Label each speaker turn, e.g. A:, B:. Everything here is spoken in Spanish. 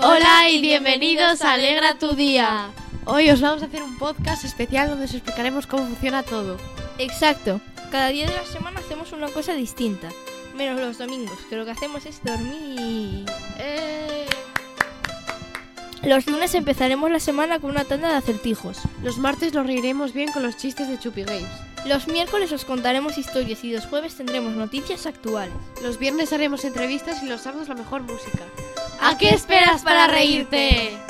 A: Hola y bienvenidos a Alegra tu Día.
B: Hoy os vamos a hacer un podcast especial donde os explicaremos cómo funciona todo.
A: Exacto.
C: Cada día de la semana hacemos una cosa distinta, menos los domingos, que lo que hacemos es dormir. y- eh. Los lunes empezaremos la semana con una tanda de acertijos.
B: Los martes nos reiremos bien con los chistes de Chupi Games.
C: Los miércoles os contaremos historias y los jueves tendremos noticias actuales.
B: Los viernes haremos entrevistas y los sábados la mejor música.
A: ¿A qué esperas para reírte?